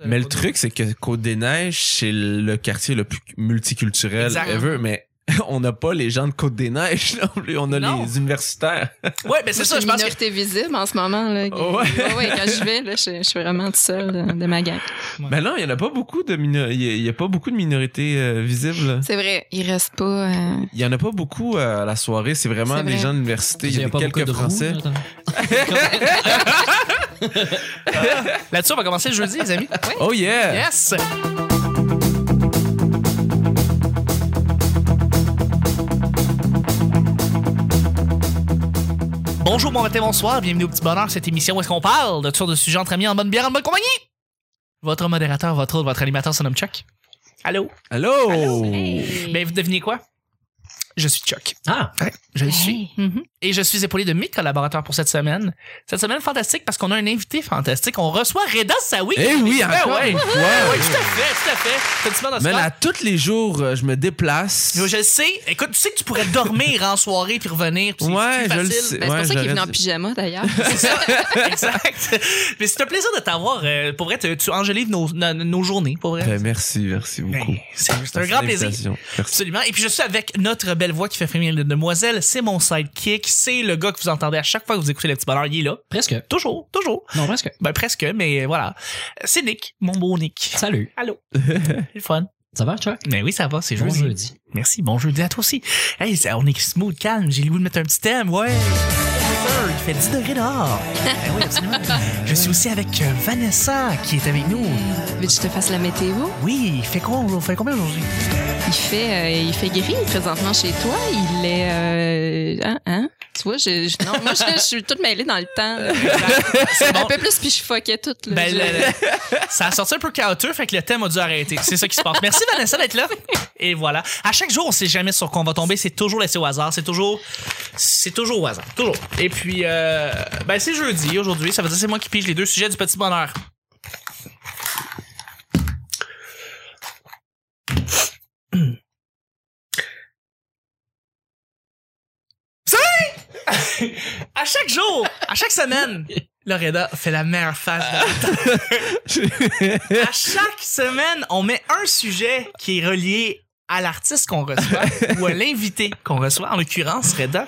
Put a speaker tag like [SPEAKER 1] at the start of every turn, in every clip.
[SPEAKER 1] Euh,
[SPEAKER 2] Mais le truc, c'est que Côte-des-Neiges, c'est le quartier le plus multiculturel
[SPEAKER 3] Exact.
[SPEAKER 2] ever, mais on n'a pas les gens de Côte-des-Neiges non plus, on a
[SPEAKER 3] Non.
[SPEAKER 2] les universitaires.
[SPEAKER 3] Ouais, mais c'est
[SPEAKER 4] Moi,
[SPEAKER 3] ça,
[SPEAKER 4] j'ai
[SPEAKER 3] je pense
[SPEAKER 4] une
[SPEAKER 3] que. Oh,
[SPEAKER 4] minorité visible en ce moment. Là, qui-
[SPEAKER 2] Ouais.
[SPEAKER 4] Ouais, ouais, quand je vais, là, je, je suis vraiment toute seule euh, de ma gang.
[SPEAKER 2] Ben non, il y en a pas beaucoup de minor... il y a- il y a pas beaucoup de minorités euh, visibles.
[SPEAKER 4] C'est vrai, il reste pas. euh,
[SPEAKER 2] Il y en a pas beaucoup euh, à la soirée, c'est vraiment
[SPEAKER 4] C'est
[SPEAKER 2] des
[SPEAKER 4] vrai.
[SPEAKER 2] gens de l'université, il y a, des-
[SPEAKER 1] pas beaucoup
[SPEAKER 2] quelques
[SPEAKER 1] de roux,
[SPEAKER 2] français.
[SPEAKER 1] là, dans-
[SPEAKER 3] Là-dessus, on va commencer jeudi, les amis.
[SPEAKER 2] Oh yeah.
[SPEAKER 3] Yes! Bonjour, bon matin, bonsoir, bienvenue au Petit Bonheur, cette émission où est-ce qu'on parle de toutes sortes de sujets entre amis, en bonne bière, en bonne compagnie! Votre modérateur, votre autre, votre animateur se nomme Chuck. Allô?
[SPEAKER 2] Allô.
[SPEAKER 3] Ben, vous devinez quoi? Je suis Chuck.
[SPEAKER 1] Ah,
[SPEAKER 3] Je le
[SPEAKER 4] Hey.
[SPEAKER 3] suis.
[SPEAKER 4] Mhm.
[SPEAKER 3] Et je suis épaulé de mes collaborateurs pour cette semaine. Cette semaine fantastique parce qu'on a un invité fantastique. On reçoit Reda Sawi.
[SPEAKER 2] Eh oui,
[SPEAKER 3] Ben
[SPEAKER 2] encore
[SPEAKER 3] ouais.
[SPEAKER 2] une fois.
[SPEAKER 3] Oui, tout à fait, tout à fait. Petit bonheur de
[SPEAKER 2] Man,
[SPEAKER 3] Scott.
[SPEAKER 2] à tous les jours, euh, je me déplace.
[SPEAKER 3] Je, je le sais. Écoute, tu sais que tu pourrais dormir en soirée puis revenir. puis c'est
[SPEAKER 2] Ouais,
[SPEAKER 3] plus
[SPEAKER 2] je le
[SPEAKER 3] facile.
[SPEAKER 2] sais.
[SPEAKER 4] Ben, c'est
[SPEAKER 2] Ouais,
[SPEAKER 4] pour ça qu'il est venu en
[SPEAKER 2] j'aurais-
[SPEAKER 4] pyjama d'ailleurs.
[SPEAKER 3] Exact. Mais c'est un plaisir de t'avoir. euh, pour vrai, tu, tu enjolives nos, nos, nos journées, pour vrai.
[SPEAKER 2] Ben, merci, merci beaucoup.
[SPEAKER 3] Ben, c'est c'est un
[SPEAKER 2] Merci
[SPEAKER 3] grand
[SPEAKER 2] de
[SPEAKER 3] plaisir.
[SPEAKER 2] l'invitation. Merci.
[SPEAKER 3] Absolument. Et puis je suis avec notre belle voix qui fait frémir les demoiselles. C'est mon sidekick. C'est le gars que vous entendez à chaque fois que vous écoutez le petit bonheur. Il est là.
[SPEAKER 1] presque.
[SPEAKER 3] Toujours, toujours.
[SPEAKER 1] Non, presque.
[SPEAKER 3] Ben presque, mais voilà. C'est Nick, mon beau Nick.
[SPEAKER 1] Salut.
[SPEAKER 3] Allô. C'est le fun.
[SPEAKER 1] Ça va, Chuck?
[SPEAKER 3] Mais oui, ça va, c'est
[SPEAKER 1] Bon
[SPEAKER 3] jeudi.
[SPEAKER 1] jeudi.
[SPEAKER 3] Merci, bon jeudi à toi aussi. Hey, ça- on est smooth, calme, j'ai le goût de mettre un petit thème, ouais. Sir, Il fait 10 degrés dehors. Ben oui, absolument. Je suis aussi avec euh, Vanessa qui est avec nous.
[SPEAKER 4] Veux-tu que je te fasse la météo?
[SPEAKER 3] Oui, il fait quoi aujourd'hui? Fait combien aujourd'hui?
[SPEAKER 4] Il fait, euh, il fait gris présentement chez toi. Il est. euh, hein, hein? Tu vois, je, je- non, moi, je, je suis toute mêlée dans le temps. là.
[SPEAKER 3] C'est
[SPEAKER 4] Un
[SPEAKER 3] bon.
[SPEAKER 4] peu plus, puis je fuckais tout. Là,
[SPEAKER 3] Ben,
[SPEAKER 4] Je-
[SPEAKER 3] le- le- ça a sorti un peu chaotique, fait que le thème a dû arrêter. C'est ça qui se passe. Merci Vanessa d'être là. Et voilà. À chaque jour, on sait jamais sur quoi on va tomber. C'est toujours laissé au hasard. C'est toujours, c'est toujours au hasard. Toujours. Et puis, euh, ben c'est jeudi aujourd'hui. Ça veut dire que c'est moi qui pige les deux sujets du petit bonheur. Vous savez, À chaque jour, à chaque semaine, Loreda fait la meilleure face de à chaque semaine, on met un sujet qui est relié à l'artiste qu'on reçoit ou à l'invité qu'on reçoit, en l'occurrence Reda.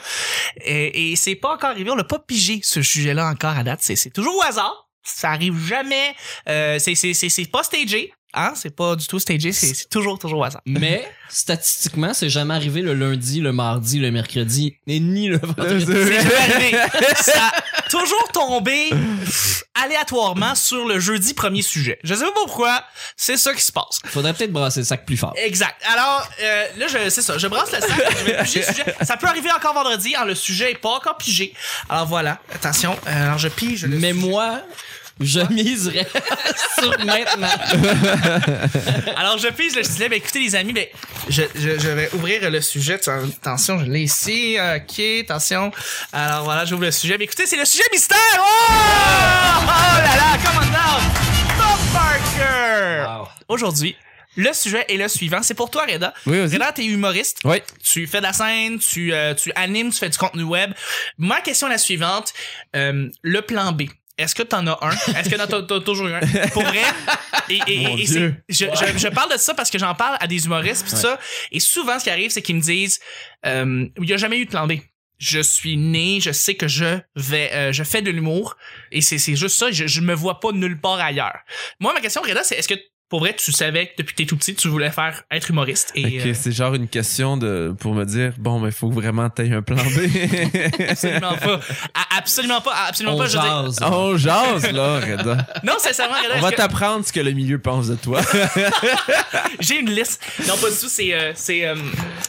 [SPEAKER 3] Et, et c'est pas encore arrivé, on l'a pas pigé ce sujet-là encore à date. C'est, c'est toujours au hasard. Ça arrive jamais. Euh, c'est, c'est, c'est, c'est pas stagé. Hein? C'est pas du tout stagé. C'est, c'est toujours, toujours au hasard.
[SPEAKER 1] Mais, statistiquement, c'est jamais arrivé le lundi, le mardi, le mercredi, et ni le vendredi.
[SPEAKER 3] C'est jamais arrivé. Ça a toujours tombé pff, aléatoirement sur le jeudi premier sujet. Je sais pas pourquoi. C'est ça qui se passe.
[SPEAKER 1] Faudrait peut-être brasser le sac plus fort.
[SPEAKER 3] Exact. Alors, euh, là, je- c'est ça. Je brasse le sac. je vais piger le sujet. Ça peut arriver encore vendredi. hein, le sujet est pas encore pigé. Alors voilà. Attention. euh, alors, je pige. le
[SPEAKER 1] Mais
[SPEAKER 3] sujet.
[SPEAKER 1] moi, je miserais sur maintenant.
[SPEAKER 3] Alors, je pige le sujet. Ben, écoutez, les amis, ben, je, je, je vais ouvrir le sujet. Tu- Attention, je l'ai ici. OK, attention. Alors, voilà, j'ouvre le sujet. Ben, écoutez, c'est le sujet mystère. Oh! Oh là là, commandant! Bob Barker! Aujourd'hui, le sujet est le suivant. C'est pour toi, Reda.
[SPEAKER 2] Oui, vas-y.
[SPEAKER 3] Reda, t'es humoriste.
[SPEAKER 2] Oui.
[SPEAKER 3] Tu fais de la scène, tu, euh, tu animes, tu fais du contenu web. Ma question est la suivante. Euh, le plan B. Est-ce que t'en as un? Est-ce que t'en as, t'as toujours eu un? Pour vrai? Et, et-
[SPEAKER 2] Mon
[SPEAKER 3] et- et
[SPEAKER 2] Dieu.
[SPEAKER 3] c'est- je, je- je parle de ça parce que j'en parle à des humoristes pis tout ça. Et souvent, ce qui arrive, c'est qu'ils me disent, euh, il y a jamais eu de plan B. Je suis né, je sais que je vais, euh, je fais de l'humour et c'est, c'est juste ça. Je, je me vois pas nulle part ailleurs. Moi, ma question, Reda, c'est est-ce que pour vrai, tu savais que depuis que t'es tout petit, tu voulais faire être humoriste et
[SPEAKER 2] Ok,
[SPEAKER 3] euh,
[SPEAKER 2] c'est genre une question de pour me dire bon mais faut vraiment t'aies un plan B.
[SPEAKER 3] Absolument pas. A- Absolument pas. Absolument
[SPEAKER 1] On
[SPEAKER 3] pas. Je veux dire-
[SPEAKER 1] jase.
[SPEAKER 2] On jase là, Reda.
[SPEAKER 3] Non, sincèrement, Reda,
[SPEAKER 2] On
[SPEAKER 3] est-ce
[SPEAKER 2] va
[SPEAKER 3] que-
[SPEAKER 2] t'apprendre ce que le milieu pense de toi.
[SPEAKER 3] j'ai une liste. Non, pas du tout. C'est, euh, c'est, euh,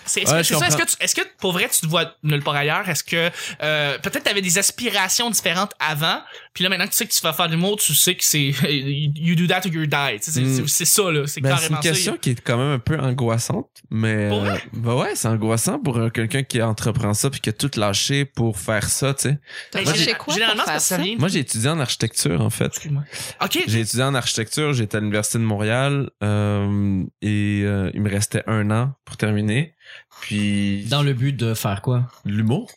[SPEAKER 3] c'est, est-ce,
[SPEAKER 2] Ouais,
[SPEAKER 3] que,
[SPEAKER 2] je
[SPEAKER 3] c'est ça, est-ce que,
[SPEAKER 2] comprends.
[SPEAKER 3] tu- est-ce que pour vrai, tu te vois nulle part ailleurs? Est-ce que euh, peut-être t'avais des aspirations différentes avant, puis là maintenant que tu sais que tu vas faire de l'humour, tu sais que c'est you do that or you die. Tu sais, C'est,
[SPEAKER 2] Mm.
[SPEAKER 3] c'est- c'est ça là. C'est
[SPEAKER 2] Ben, c'est
[SPEAKER 3] carrément
[SPEAKER 2] une question
[SPEAKER 3] ça.
[SPEAKER 2] qui est quand même un peu angoissante, mais
[SPEAKER 3] Pour vrai?
[SPEAKER 2] euh, ben ouais, c'est angoissant pour euh, quelqu'un qui entreprend ça puis qui a tout lâché pour faire ça, tu sais.
[SPEAKER 4] T'as
[SPEAKER 3] Ben,
[SPEAKER 2] Moi,
[SPEAKER 4] cherché
[SPEAKER 3] géné-
[SPEAKER 4] quoi
[SPEAKER 3] généralement,
[SPEAKER 4] pour faire
[SPEAKER 3] c'est parce que ça
[SPEAKER 4] ça?
[SPEAKER 3] vient-
[SPEAKER 2] Moi, j'ai étudié en architecture en fait.
[SPEAKER 3] Excuse-moi. Ok.
[SPEAKER 2] J'ai étudié en architecture, j'étais à l'université de Montréal euh, et euh, il me restait un an pour terminer. Puis
[SPEAKER 1] Dans le but de faire quoi?
[SPEAKER 2] l'humour.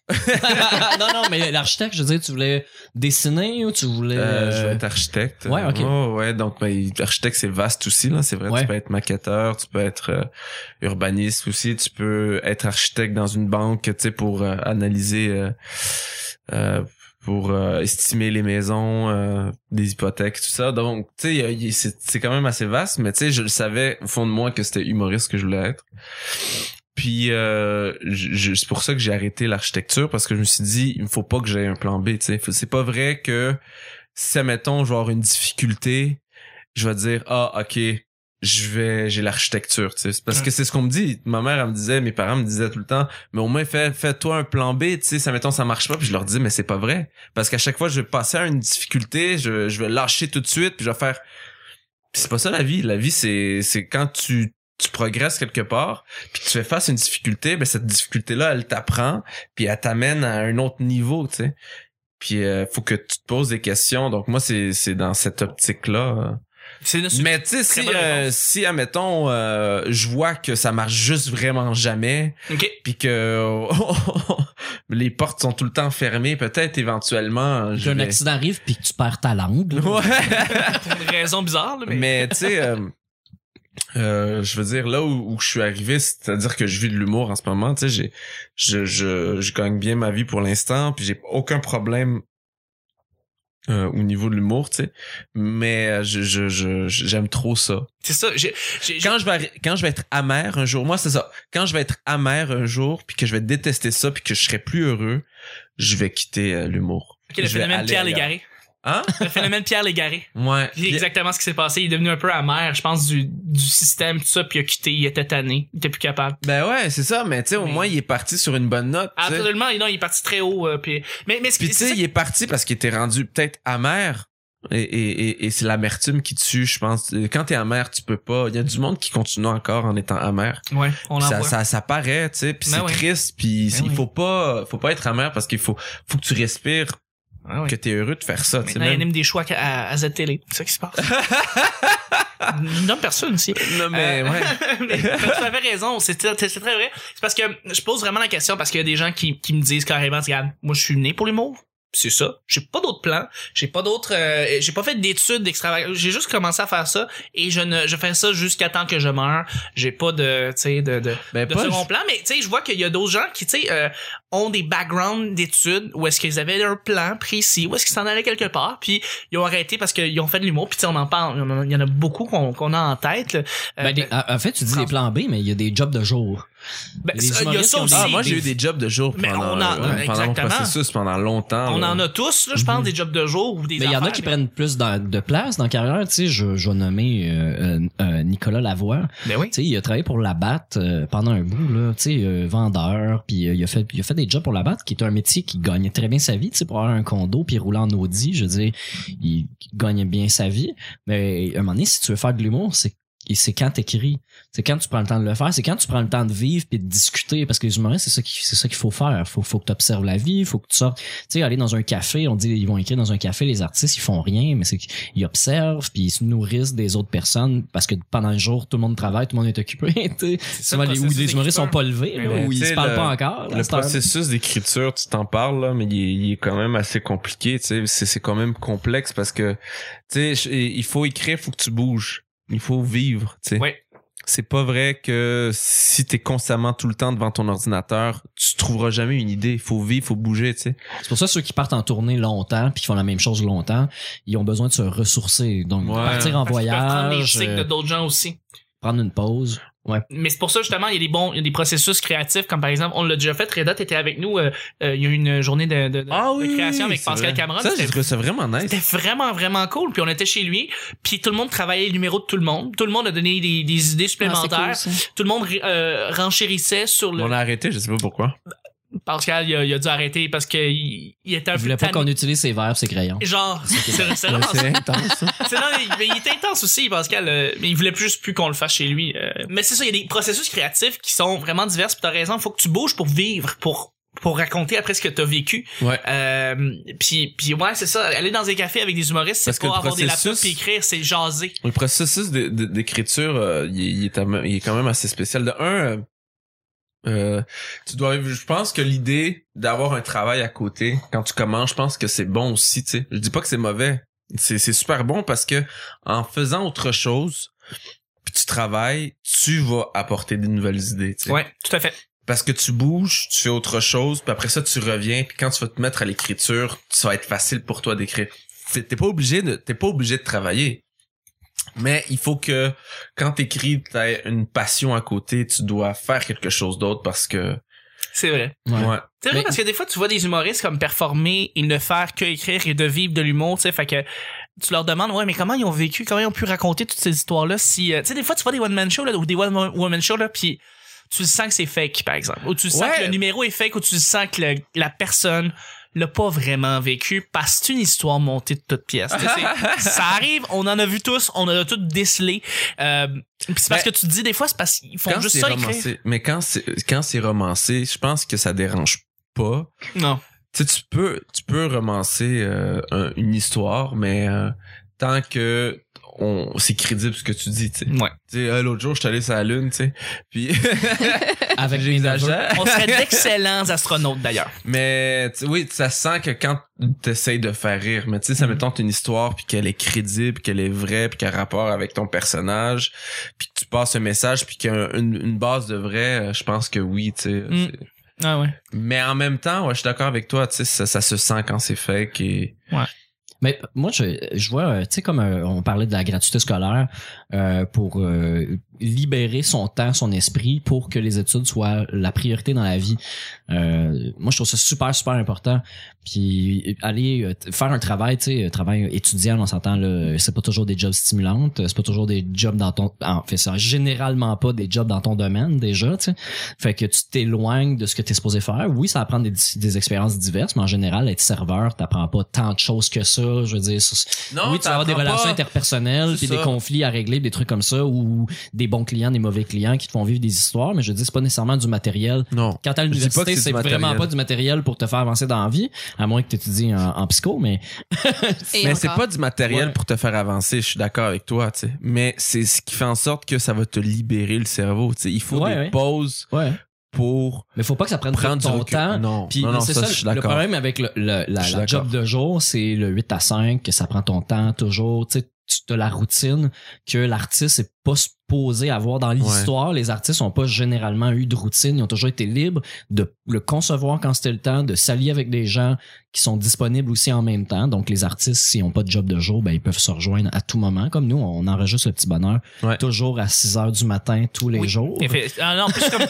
[SPEAKER 1] non, non, mais l'architecte, je veux dire, tu voulais dessiner ou tu voulais...
[SPEAKER 2] Euh, je veux
[SPEAKER 1] euh,
[SPEAKER 2] être architecte.
[SPEAKER 1] ouais, ok.
[SPEAKER 2] Oh, ouais, donc ben, architecte c'est vaste aussi là, c'est vrai.
[SPEAKER 1] Ouais.
[SPEAKER 2] Tu peux être maquetteur, tu peux être euh, urbaniste aussi, tu peux être architecte dans une banque, tu sais, pour euh, analyser, euh, euh, pour euh, estimer les maisons, euh, des hypothèques, tout ça. Donc tu sais, il y a- il y a- c'est c'est quand même assez vaste, mais tu sais, je le savais au fond de moi que c'était humoriste que je voulais être. Puis euh, je- je- c'est pour ça que j'ai arrêté l'architecture parce que je me suis dit il ne faut pas que j'aie un plan B. tu sais. Faut- C'est pas vrai que si admettons je vais avoir une difficulté, je vais dire ah ok je vais j'ai l'architecture. tu sais. C'est Parce que c'est ce qu'on me dit. Ma mère elle me disait, mes parents me disaient tout le temps mais au moins fais fais-toi un plan B. Tu sais ça mettons ça marche pas puis je leur dis mais c'est pas vrai parce qu'à chaque fois je vais passer à une difficulté, je je vais lâcher tout de suite puis je vais faire Puis c'est pas ça la vie. La vie c'est c'est quand tu tu progresses quelque part puis tu fais face à une difficulté, ben cette difficulté-là, elle t'apprend, puis elle t'amène à un autre niveau, tu sais. Puis euh, faut que tu te poses des questions. Donc moi, c'est c'est dans cette optique-là.
[SPEAKER 3] C'est une
[SPEAKER 2] Mais tu sais,
[SPEAKER 3] Très
[SPEAKER 2] si,
[SPEAKER 3] bonne
[SPEAKER 2] euh,
[SPEAKER 3] réponse.
[SPEAKER 2] si admettons, euh, je vois que ça marche juste vraiment jamais,
[SPEAKER 3] Ok.
[SPEAKER 2] puis que les portes sont tout le temps fermées, peut-être éventuellement, je
[SPEAKER 1] Qu'un
[SPEAKER 2] vais-
[SPEAKER 1] accident arrive puis que tu perds ta langue. là.
[SPEAKER 2] Ouais.
[SPEAKER 3] Pour une raison bizarre, là, mais.
[SPEAKER 2] Mais tu sais, euh, euh, je veux dire, là où, où je suis arrivé, c'est-à-dire que je vis de l'humour en ce moment, tu sais, j'ai- je, je, je gagne bien ma vie pour l'instant, puis j'ai aucun problème euh, au niveau de l'humour, tu sais. Mais euh, je, je, je, je- j'aime trop ça.
[SPEAKER 3] C'est ça. j'ai- j'ai- j'ai-
[SPEAKER 2] Quand je, vais, arri- quand je vais être amer un jour, moi c'est ça, quand je vais être amer un jour, puis que je vais détester ça, puis que je serai plus heureux, je vais quitter euh, l'humour.
[SPEAKER 3] Ok, le
[SPEAKER 2] Je vais
[SPEAKER 3] phénomène
[SPEAKER 2] aller
[SPEAKER 3] Pierre
[SPEAKER 2] ailleurs.
[SPEAKER 3] Légaré.
[SPEAKER 2] Hein?
[SPEAKER 3] Le phénomène Pierre Légaré.
[SPEAKER 2] Ouais.
[SPEAKER 3] C'est exactement ce qui s'est passé. Il est devenu un peu amer, je pense, du, du système, tout ça, puis il a quitté, il était tanné, il était plus capable.
[SPEAKER 2] Ben ouais, c'est ça, mais tu sais, au
[SPEAKER 3] Mais-
[SPEAKER 2] moins il est parti sur une bonne note. tu sais.
[SPEAKER 3] Absolument, non, il est parti très haut. euh, puis... Mais, mais ce
[SPEAKER 2] Puis
[SPEAKER 3] qui
[SPEAKER 2] tu
[SPEAKER 3] c'est
[SPEAKER 2] sais,
[SPEAKER 3] ça
[SPEAKER 2] il est parti parce qu'il était rendu peut-être amer. Et, et, et, et c'est l'amertume qui tue, je pense. Euh, Quand t'es amer, tu peux pas. Il y a du monde qui continue encore en étant amer.
[SPEAKER 3] Ouais, on
[SPEAKER 2] Puis
[SPEAKER 3] l'en
[SPEAKER 2] Ça,
[SPEAKER 3] voit.
[SPEAKER 2] ça, ça paraît, tu sais. Puis
[SPEAKER 3] Ben
[SPEAKER 2] c'est
[SPEAKER 3] oui.
[SPEAKER 2] triste. Puis c'est-
[SPEAKER 3] Ben
[SPEAKER 2] il
[SPEAKER 3] oui.
[SPEAKER 2] faut pas, faut pas être amer parce qu'il faut, faut que tu respires,
[SPEAKER 3] Ah ouais.
[SPEAKER 2] que t'es heureux de faire ça. tu sais,
[SPEAKER 3] Maintenant, il
[SPEAKER 2] même.
[SPEAKER 3] anime des choix à, à Z-Télé. C'est ça qui se passe. Il nomme personne aussi.
[SPEAKER 2] Non mais
[SPEAKER 3] Euh,
[SPEAKER 2] ouais.
[SPEAKER 3] mais tu avais raison, c'est c'est- c'est très vrai. C'est parce que je pose vraiment la question parce qu'il y a des gens qui, qui me disent carrément, regarde, moi je suis né pour l'humour. C'est ça. J'ai pas d'autres plans. J'ai pas d'autres. euh, j'ai pas fait d'études d'extravagantes. J'ai juste commencé à faire ça et je ne, je fais ça jusqu'à temps que je meure. J'ai pas de, tu sais, de, de,
[SPEAKER 2] Ben
[SPEAKER 3] de
[SPEAKER 2] pas.
[SPEAKER 3] second plan. Mais tu sais, je vois qu'il y a d'autres gens qui, tu sais, euh, ont des backgrounds d'études où est-ce qu'ils avaient un plan précis, où est-ce qu'ils s'en allaient quelque part, puis ils ont arrêté parce qu'ils ont fait de l'humour. Puis tu sais, on en parle. Il y en a- Il y en a beaucoup qu'on qu'on a en tête. là. Euh,
[SPEAKER 1] Ben, des- en en fait, tu dis des plans B, mais il y a des jobs de jour.
[SPEAKER 3] ben,
[SPEAKER 1] les
[SPEAKER 3] ça, il y a
[SPEAKER 1] humoristes
[SPEAKER 3] ça
[SPEAKER 1] qui ont
[SPEAKER 3] aussi.
[SPEAKER 2] Ah, moi j'ai eu des jobs de jour
[SPEAKER 3] Mais
[SPEAKER 2] pendant,
[SPEAKER 3] on en-
[SPEAKER 2] euh, pendant mon
[SPEAKER 3] exactement.
[SPEAKER 2] processus pendant longtemps.
[SPEAKER 3] On
[SPEAKER 2] là.
[SPEAKER 3] en a tous, là, je pense, des jobs de jour ou des
[SPEAKER 1] Mais Mm-hmm. Ben, il y en a
[SPEAKER 3] affaires,
[SPEAKER 1] qui
[SPEAKER 3] mais-
[SPEAKER 1] prennent plus dans- de place dans la carrière. Tu sais, je, je vais nommer euh, euh, euh, Nicolas Lavoie.
[SPEAKER 3] Ben oui.
[SPEAKER 1] Tu sais, il a travaillé pour la BAT euh, pendant un bout, là, tu sais, euh, vendeur, puis euh, il, a fait, il a fait des jobs pour la BAT, qui est un métier qui gagnait très bien sa vie, tu sais, pour avoir un condo, puis rouler en Audi, je veux dire, il gagnait bien sa vie. Mais à un moment donné, si tu veux faire de l'humour, c'est et c'est quand t'écris, c'est quand tu prends le temps de le faire, c'est quand tu prends le temps de vivre puis de discuter, parce que les humoristes c'est ça qui c'est ça qu'il faut faire, faut faut que tu observes la vie, faut que tu sortes, tu sais aller dans un café, on dit ils vont écrire dans un café, les artistes ils font rien, mais c'est ils observent puis ils se nourrissent des autres personnes parce que pendant le jour tout le monde travaille, tout le monde est occupé, tu sais.
[SPEAKER 3] ça,
[SPEAKER 1] Souvent,
[SPEAKER 3] le
[SPEAKER 1] les, où
[SPEAKER 3] processus Ben
[SPEAKER 1] les humoristes sont pas levés,
[SPEAKER 3] Mais
[SPEAKER 1] là,
[SPEAKER 2] ouais.
[SPEAKER 1] ou ils
[SPEAKER 2] Tu
[SPEAKER 1] se
[SPEAKER 2] sais,
[SPEAKER 1] parlent
[SPEAKER 2] le-
[SPEAKER 1] pas encore. là,
[SPEAKER 2] Le
[SPEAKER 1] c'est un-
[SPEAKER 2] processus d'écriture, tu t'en parles là, mais il est, il est quand même assez compliqué. Tu sais, c'est, c'est quand même complexe parce que tu sais, je- il faut écrire, faut que tu bouges, il faut vivre. Tu sais,
[SPEAKER 3] Ouais.
[SPEAKER 2] c'est pas vrai que si t'es constamment tout le temps devant ton ordinateur, tu trouveras jamais une idée. Il faut vivre, faut bouger. Tu sais,
[SPEAKER 1] C'est pour ça ceux qui partent en tournée longtemps puis qui font la même chose longtemps, ils ont besoin de se ressourcer, donc
[SPEAKER 2] Ouais.
[SPEAKER 1] partir en
[SPEAKER 3] Parce qu'ils peuvent prendre les
[SPEAKER 1] voyage,
[SPEAKER 3] cycles de
[SPEAKER 1] euh,
[SPEAKER 3] d'autres gens aussi.
[SPEAKER 1] prendre une pause.
[SPEAKER 3] Mais c'est pour ça, justement, il y a des bons, il y a des processus créatifs, comme par exemple, on l'a déjà fait, Reda, t'étais avec nous, euh, euh, il y a eu une journée de, de, de-
[SPEAKER 1] Ah!
[SPEAKER 3] de création avec
[SPEAKER 2] Ah c'est
[SPEAKER 3] Pascal
[SPEAKER 2] vrai.
[SPEAKER 3] Cameron.
[SPEAKER 2] Ça, j'ai
[SPEAKER 3] C'était-
[SPEAKER 2] trouvé ça vraiment nice.
[SPEAKER 3] C'était vraiment, vraiment cool. Puis on était chez lui, puis tout le monde travaillait le numéro de tout le monde. Tout le monde a donné des, des idées
[SPEAKER 4] Ah,
[SPEAKER 3] supplémentaires.
[SPEAKER 4] c'est cool, ça.
[SPEAKER 3] Tout le monde euh, renchérissait sur le...
[SPEAKER 2] On a arrêté, je sais pas pourquoi.
[SPEAKER 3] Pascal, il a, il a dû arrêter parce qu'il il était
[SPEAKER 1] Il
[SPEAKER 3] un peu
[SPEAKER 1] voulait pas
[SPEAKER 3] tanné.
[SPEAKER 1] qu'on utilise ses verbes, ses crayons.
[SPEAKER 3] Genre, c'est c'est
[SPEAKER 2] Ouais,
[SPEAKER 3] vraiment
[SPEAKER 2] c'est intense. hein. ça.
[SPEAKER 3] C'est non, mais, mais il était intense aussi, Pascal. euh, mais il voulait plus, plus qu'on le fasse chez lui. euh. mais c'est ça, il y a des processus créatifs qui sont vraiment divers. Puis t'as raison, faut que tu bouges pour vivre, pour pour raconter après ce que t'as vécu.
[SPEAKER 2] Ouais.
[SPEAKER 3] Euh, puis puis ouais, c'est ça. Aller dans des cafés avec des humoristes,
[SPEAKER 2] Parce
[SPEAKER 3] c'est
[SPEAKER 2] que
[SPEAKER 3] pas
[SPEAKER 2] le
[SPEAKER 3] avoir des laptops
[SPEAKER 2] processus-
[SPEAKER 3] et écrire, c'est jaser.
[SPEAKER 2] Le processus de- de- d'écriture, euh, il, il est, am- il est quand même assez spécial. De un, euh, Euh, tu dois je pense que l'idée d'avoir un travail à côté quand tu commences je pense que c'est bon aussi tu sais je dis pas que c'est mauvais c'est c'est super bon parce que en faisant autre chose puis tu travailles tu vas apporter des nouvelles idées tu sais.
[SPEAKER 3] Ouais, tout à fait.
[SPEAKER 2] parce que tu bouges tu fais autre chose puis après ça tu reviens puis quand tu vas te mettre à l'écriture ça va être facile pour toi d'écrire t'es t'es pas obligé de t'es pas obligé de travailler mais il faut que quand t'écris t'as une passion à côté tu dois faire quelque chose d'autre parce que
[SPEAKER 3] C'est vrai.
[SPEAKER 1] Ouais.
[SPEAKER 2] ouais.
[SPEAKER 3] C'est vrai
[SPEAKER 1] Mais-
[SPEAKER 3] parce que des fois, tu vois des humoristes comme performer et ne faire que écrire et de vivre de l'humour, tu sais, fait que tu leur demandes, ouais, mais comment ils ont vécu, comment ils ont pu raconter toutes ces histoires-là si, euh, tu sais, des fois, tu vois des one-man shows, là, ou des one-woman shows, là, puis tu le sens que c'est fake, par exemple. Ou tu le sens
[SPEAKER 2] Ouais.
[SPEAKER 3] que le numéro est fake, ou tu le sens que le- la personne l'a pas vraiment vécu parce que c'est une histoire montée de toutes pièces. Tu sais, c'est- ça arrive, on en a vu tous, on en a tous décelé. Euh, puis c'est parce
[SPEAKER 2] Ben,
[SPEAKER 3] que tu te dis des fois, c'est parce qu'ils font
[SPEAKER 2] quand
[SPEAKER 3] juste
[SPEAKER 2] c'est
[SPEAKER 3] ça écrire.
[SPEAKER 2] romancé, mais quand c'est quand c'est romancé, je pense que ça dérange pas.
[SPEAKER 3] Non.
[SPEAKER 2] Tu sais, tu peux tu peux romancer euh, un- une histoire, mais euh, tant que on c'est crédible ce que tu dis, tu sais.
[SPEAKER 3] Ouais.
[SPEAKER 2] Tu sais, ah, l'autre jour, je suis allé sur la lune, tu sais. Puis
[SPEAKER 1] Avec les agents.
[SPEAKER 3] On serait d'excellents astronautes d'ailleurs.
[SPEAKER 2] Mais tu- oui, ça sent que quand t'essayes de faire rire, mais tu sais, ça
[SPEAKER 1] Mm.
[SPEAKER 3] Mhm.
[SPEAKER 2] me tente une histoire, puis qu'elle est crédible, puis qu'elle est vraie, puis qu'elle a rapport avec ton personnage, puis que tu passes un message, puis qu'il y a une, une base de vrai, euh, je pense que oui, tu sais.
[SPEAKER 3] Mhm.
[SPEAKER 1] Mm.
[SPEAKER 2] c'est-
[SPEAKER 3] Ah ouais.
[SPEAKER 2] Mais en même temps, ouais, je suis d'accord avec toi, tu sais, ça, ça se sent quand c'est fake et...
[SPEAKER 1] Mais euh, moi, je, je vois, euh, tu sais, comme euh, on parlait de la gratuité scolaire, euh, pour euh, libérer son temps, son esprit, pour que les études soient la priorité dans la vie. Euh, moi, je trouve ça super, super important. Puis euh, aller euh, t- faire un travail, tu sais, euh, travail étudiant, on s'entend, là, c'est pas toujours des jobs stimulantes, euh, c'est pas toujours des jobs dans ton... En fait, c'est généralement pas des jobs dans ton domaine déjà, tu sais. Fait que tu t'éloignes de ce que tu es supposé faire. Oui, ça apprend des, des expériences diverses, mais en général, être serveur, t'apprends pas tant de choses que ça. Je veux dire, sur- oui, tu vas avoir des relations interpersonnelles,
[SPEAKER 2] C'est
[SPEAKER 1] puis des
[SPEAKER 2] ça.
[SPEAKER 1] conflits à régler, des trucs comme ça, ou des bons clients, des mauvais clients qui te font vivre des histoires, mais je dis c'est pas nécessairement du matériel.
[SPEAKER 2] Non.
[SPEAKER 1] Quand t'es à
[SPEAKER 2] pas que
[SPEAKER 1] l'université,
[SPEAKER 2] c'est du
[SPEAKER 1] c'est vraiment
[SPEAKER 2] matériel.
[SPEAKER 1] pas du matériel pour te faire avancer dans la vie, à moins que tu étudies en, en psycho, mais
[SPEAKER 4] Et
[SPEAKER 2] mais c'est
[SPEAKER 4] encore.
[SPEAKER 2] pas du matériel
[SPEAKER 1] Ouais.
[SPEAKER 2] pour te faire avancer, je suis d'accord avec toi, tu sais. Mais c'est ce qui fait en sorte que ça va te libérer le cerveau, tu sais. Il faut
[SPEAKER 1] Ouais,
[SPEAKER 2] des
[SPEAKER 1] ouais.
[SPEAKER 2] pauses
[SPEAKER 1] ouais.
[SPEAKER 2] pour
[SPEAKER 1] Mais faut pas que ça prenne
[SPEAKER 2] prendre
[SPEAKER 1] tout ton
[SPEAKER 2] du recul.
[SPEAKER 1] temps.
[SPEAKER 2] Non,
[SPEAKER 1] Puis
[SPEAKER 2] non, non,
[SPEAKER 1] c'est
[SPEAKER 2] ça,
[SPEAKER 1] ça,
[SPEAKER 2] je suis
[SPEAKER 1] le
[SPEAKER 2] d'accord.
[SPEAKER 1] problème avec le, le- la,
[SPEAKER 2] Je suis
[SPEAKER 1] la
[SPEAKER 2] d'accord.
[SPEAKER 1] job de jour, c'est le 8 à 5, que ça prend ton temps toujours, tu sais, tu as la routine que l'artiste est pas supposé avoir dans l'histoire. Les artistes ont pas généralement eu de routine, ils ont toujours été libres de le concevoir quand c'était le temps, de s'allier avec des gens qui sont disponibles aussi en même temps. Donc les artistes, s'ils ont pas de job de jour, ben ils peuvent se rejoindre à tout moment. Comme nous, on enregistre le petit bonheur
[SPEAKER 2] Ouais.
[SPEAKER 1] toujours à 6 heures du matin tous les
[SPEAKER 3] Oui,
[SPEAKER 1] jours.
[SPEAKER 3] Il fait- ah non, en plus, comme.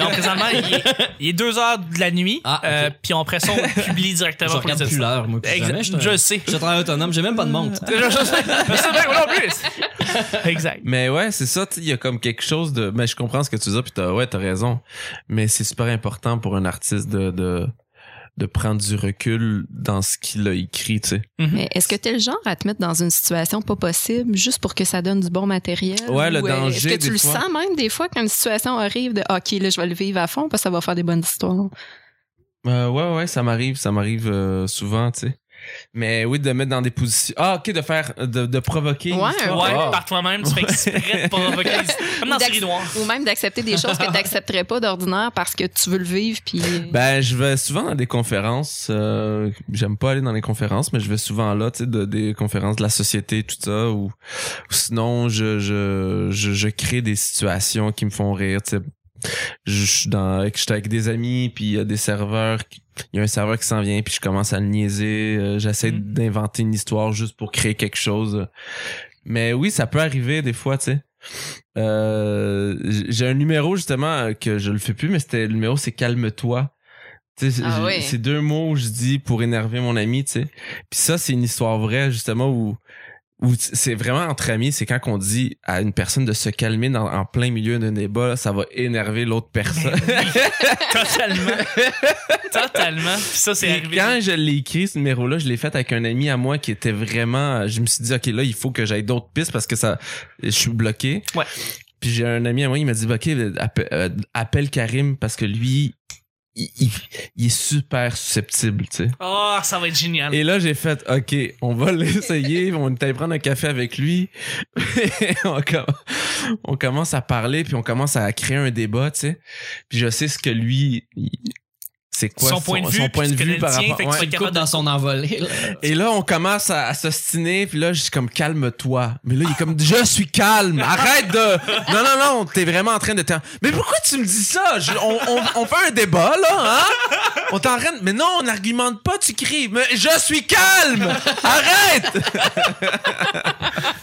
[SPEAKER 3] non, présentement, il est, il est 2 heures de la nuit.
[SPEAKER 1] Ah, ok.
[SPEAKER 3] euh, puis on presse, on publie
[SPEAKER 1] Je
[SPEAKER 3] directement pour les
[SPEAKER 1] regarde plus
[SPEAKER 3] autres.
[SPEAKER 1] l'heure, moi, plus
[SPEAKER 3] Exact.
[SPEAKER 1] jamais. Je suis un-
[SPEAKER 3] Je sais.
[SPEAKER 1] je suis un travailleur autonome, j'ai même pas de montre.
[SPEAKER 3] Je- je- je- je sais bien, moi non plus. Exact.
[SPEAKER 2] Mais ouais, c'est ça, tu sais, il y a comme quelque chose de... Mais je comprends ce que tu dis, puis t'as, ouais, t'as raison. Mais c'est super important pour un artiste de, de, de prendre du recul dans ce qu'il a écrit, tu sais.
[SPEAKER 4] Mais est-ce que t'es le genre à te mettre dans une situation pas possible juste pour que ça donne du bon matériel?
[SPEAKER 2] Ouais, le
[SPEAKER 4] Ou, euh,
[SPEAKER 2] danger,
[SPEAKER 4] Est-ce que
[SPEAKER 2] des
[SPEAKER 4] tu le
[SPEAKER 2] fois.
[SPEAKER 4] sens même des fois quand une situation arrive de OK, là, je vais le vivre à fond parce que ça va faire des bonnes histoires?
[SPEAKER 2] Euh, ouais, ouais, ça m'arrive, ça m'arrive euh, souvent, tu sais. Mais oui, de mettre dans des positions... Ah, ok, de faire... De, de provoquer une
[SPEAKER 4] Ouais,
[SPEAKER 3] Ouais,
[SPEAKER 2] histoire. Ah.
[SPEAKER 3] par toi-même, tu fais exprès de provoquer. Comme dans
[SPEAKER 4] Ou d'ac-
[SPEAKER 3] Série Noire.
[SPEAKER 4] Ou même d'accepter des choses que t'accepterais pas d'ordinaire parce que tu veux le vivre puis.
[SPEAKER 2] Ben, je vais souvent dans des conférences. euh, J'aime pas aller dans les conférences, mais je vais souvent là, tu sais, de, des conférences de la société, tout ça. Ou, ou sinon, je, je, je, je crée des situations qui me font rire, tu sais. Je suis dans, avec- j'étais avec des amis, puis il y a des serveurs, qui- il y a un serveur qui s'en vient, puis je commence à le niaiser. euh, J'essaie
[SPEAKER 3] Mm.
[SPEAKER 2] d'inventer une histoire juste pour créer quelque chose. Mais oui, ça peut arriver des fois, tu sais. Euh, j- j'ai un numéro justement euh, que je le fais plus, mais c'était le numéro c'est calme-toi. Tu sais,
[SPEAKER 4] Ah
[SPEAKER 2] j'ai-
[SPEAKER 4] ouais.
[SPEAKER 2] C'est deux mots que je dis pour énerver mon ami, tu sais. Puis ça, c'est une histoire vraie justement où où t- c'est vraiment entre amis, c'est quand on dit à une personne de se calmer dans, en plein milieu d'un débat, là, ça va énerver l'autre personne.
[SPEAKER 4] Ben
[SPEAKER 3] Totalement. Totalement. Puis ça, c'est
[SPEAKER 2] Puis
[SPEAKER 3] arrivé.
[SPEAKER 2] quand je l'ai écrit, ce numéro-là, je l'ai fait avec un ami à moi qui était vraiment. Je me suis dit, OK, là, il faut que j'aille d'autres pistes parce que ça. Je suis bloqué.
[SPEAKER 3] Ouais.
[SPEAKER 2] Puis j'ai un ami à moi, il m'a dit, OK, appe- euh, appelle Karim parce que lui, il, il- il est super susceptible, tu sais.
[SPEAKER 3] Oh, ça va être génial.
[SPEAKER 2] Et là, j'ai fait, OK, on va l'essayer, on est allé prendre un café avec lui. on, comm- on commence à parler puis on commence à créer un débat, tu sais. Puis je sais ce que lui, il- c'est quoi
[SPEAKER 3] Son point de vue,
[SPEAKER 2] son
[SPEAKER 3] puis
[SPEAKER 2] point de
[SPEAKER 3] tu connais
[SPEAKER 2] vue
[SPEAKER 3] le
[SPEAKER 2] par
[SPEAKER 3] tien,
[SPEAKER 2] rapport.
[SPEAKER 3] fait que tu
[SPEAKER 2] ouais.
[SPEAKER 3] vas être capable
[SPEAKER 1] dans son envolée.
[SPEAKER 2] Et là, on commence à, à s'ostiner, puis là, je suis comme calme-toi. Mais là, il est comme je suis calme. Arrête de. Non, non, non, t'es vraiment en train de. t'en- Mais pourquoi tu me dis ça Je- on, on- on fait un débat là, hein On t'enraîne. Mais non, on n'argumente pas. Tu cries. Mais je suis calme. Arrête.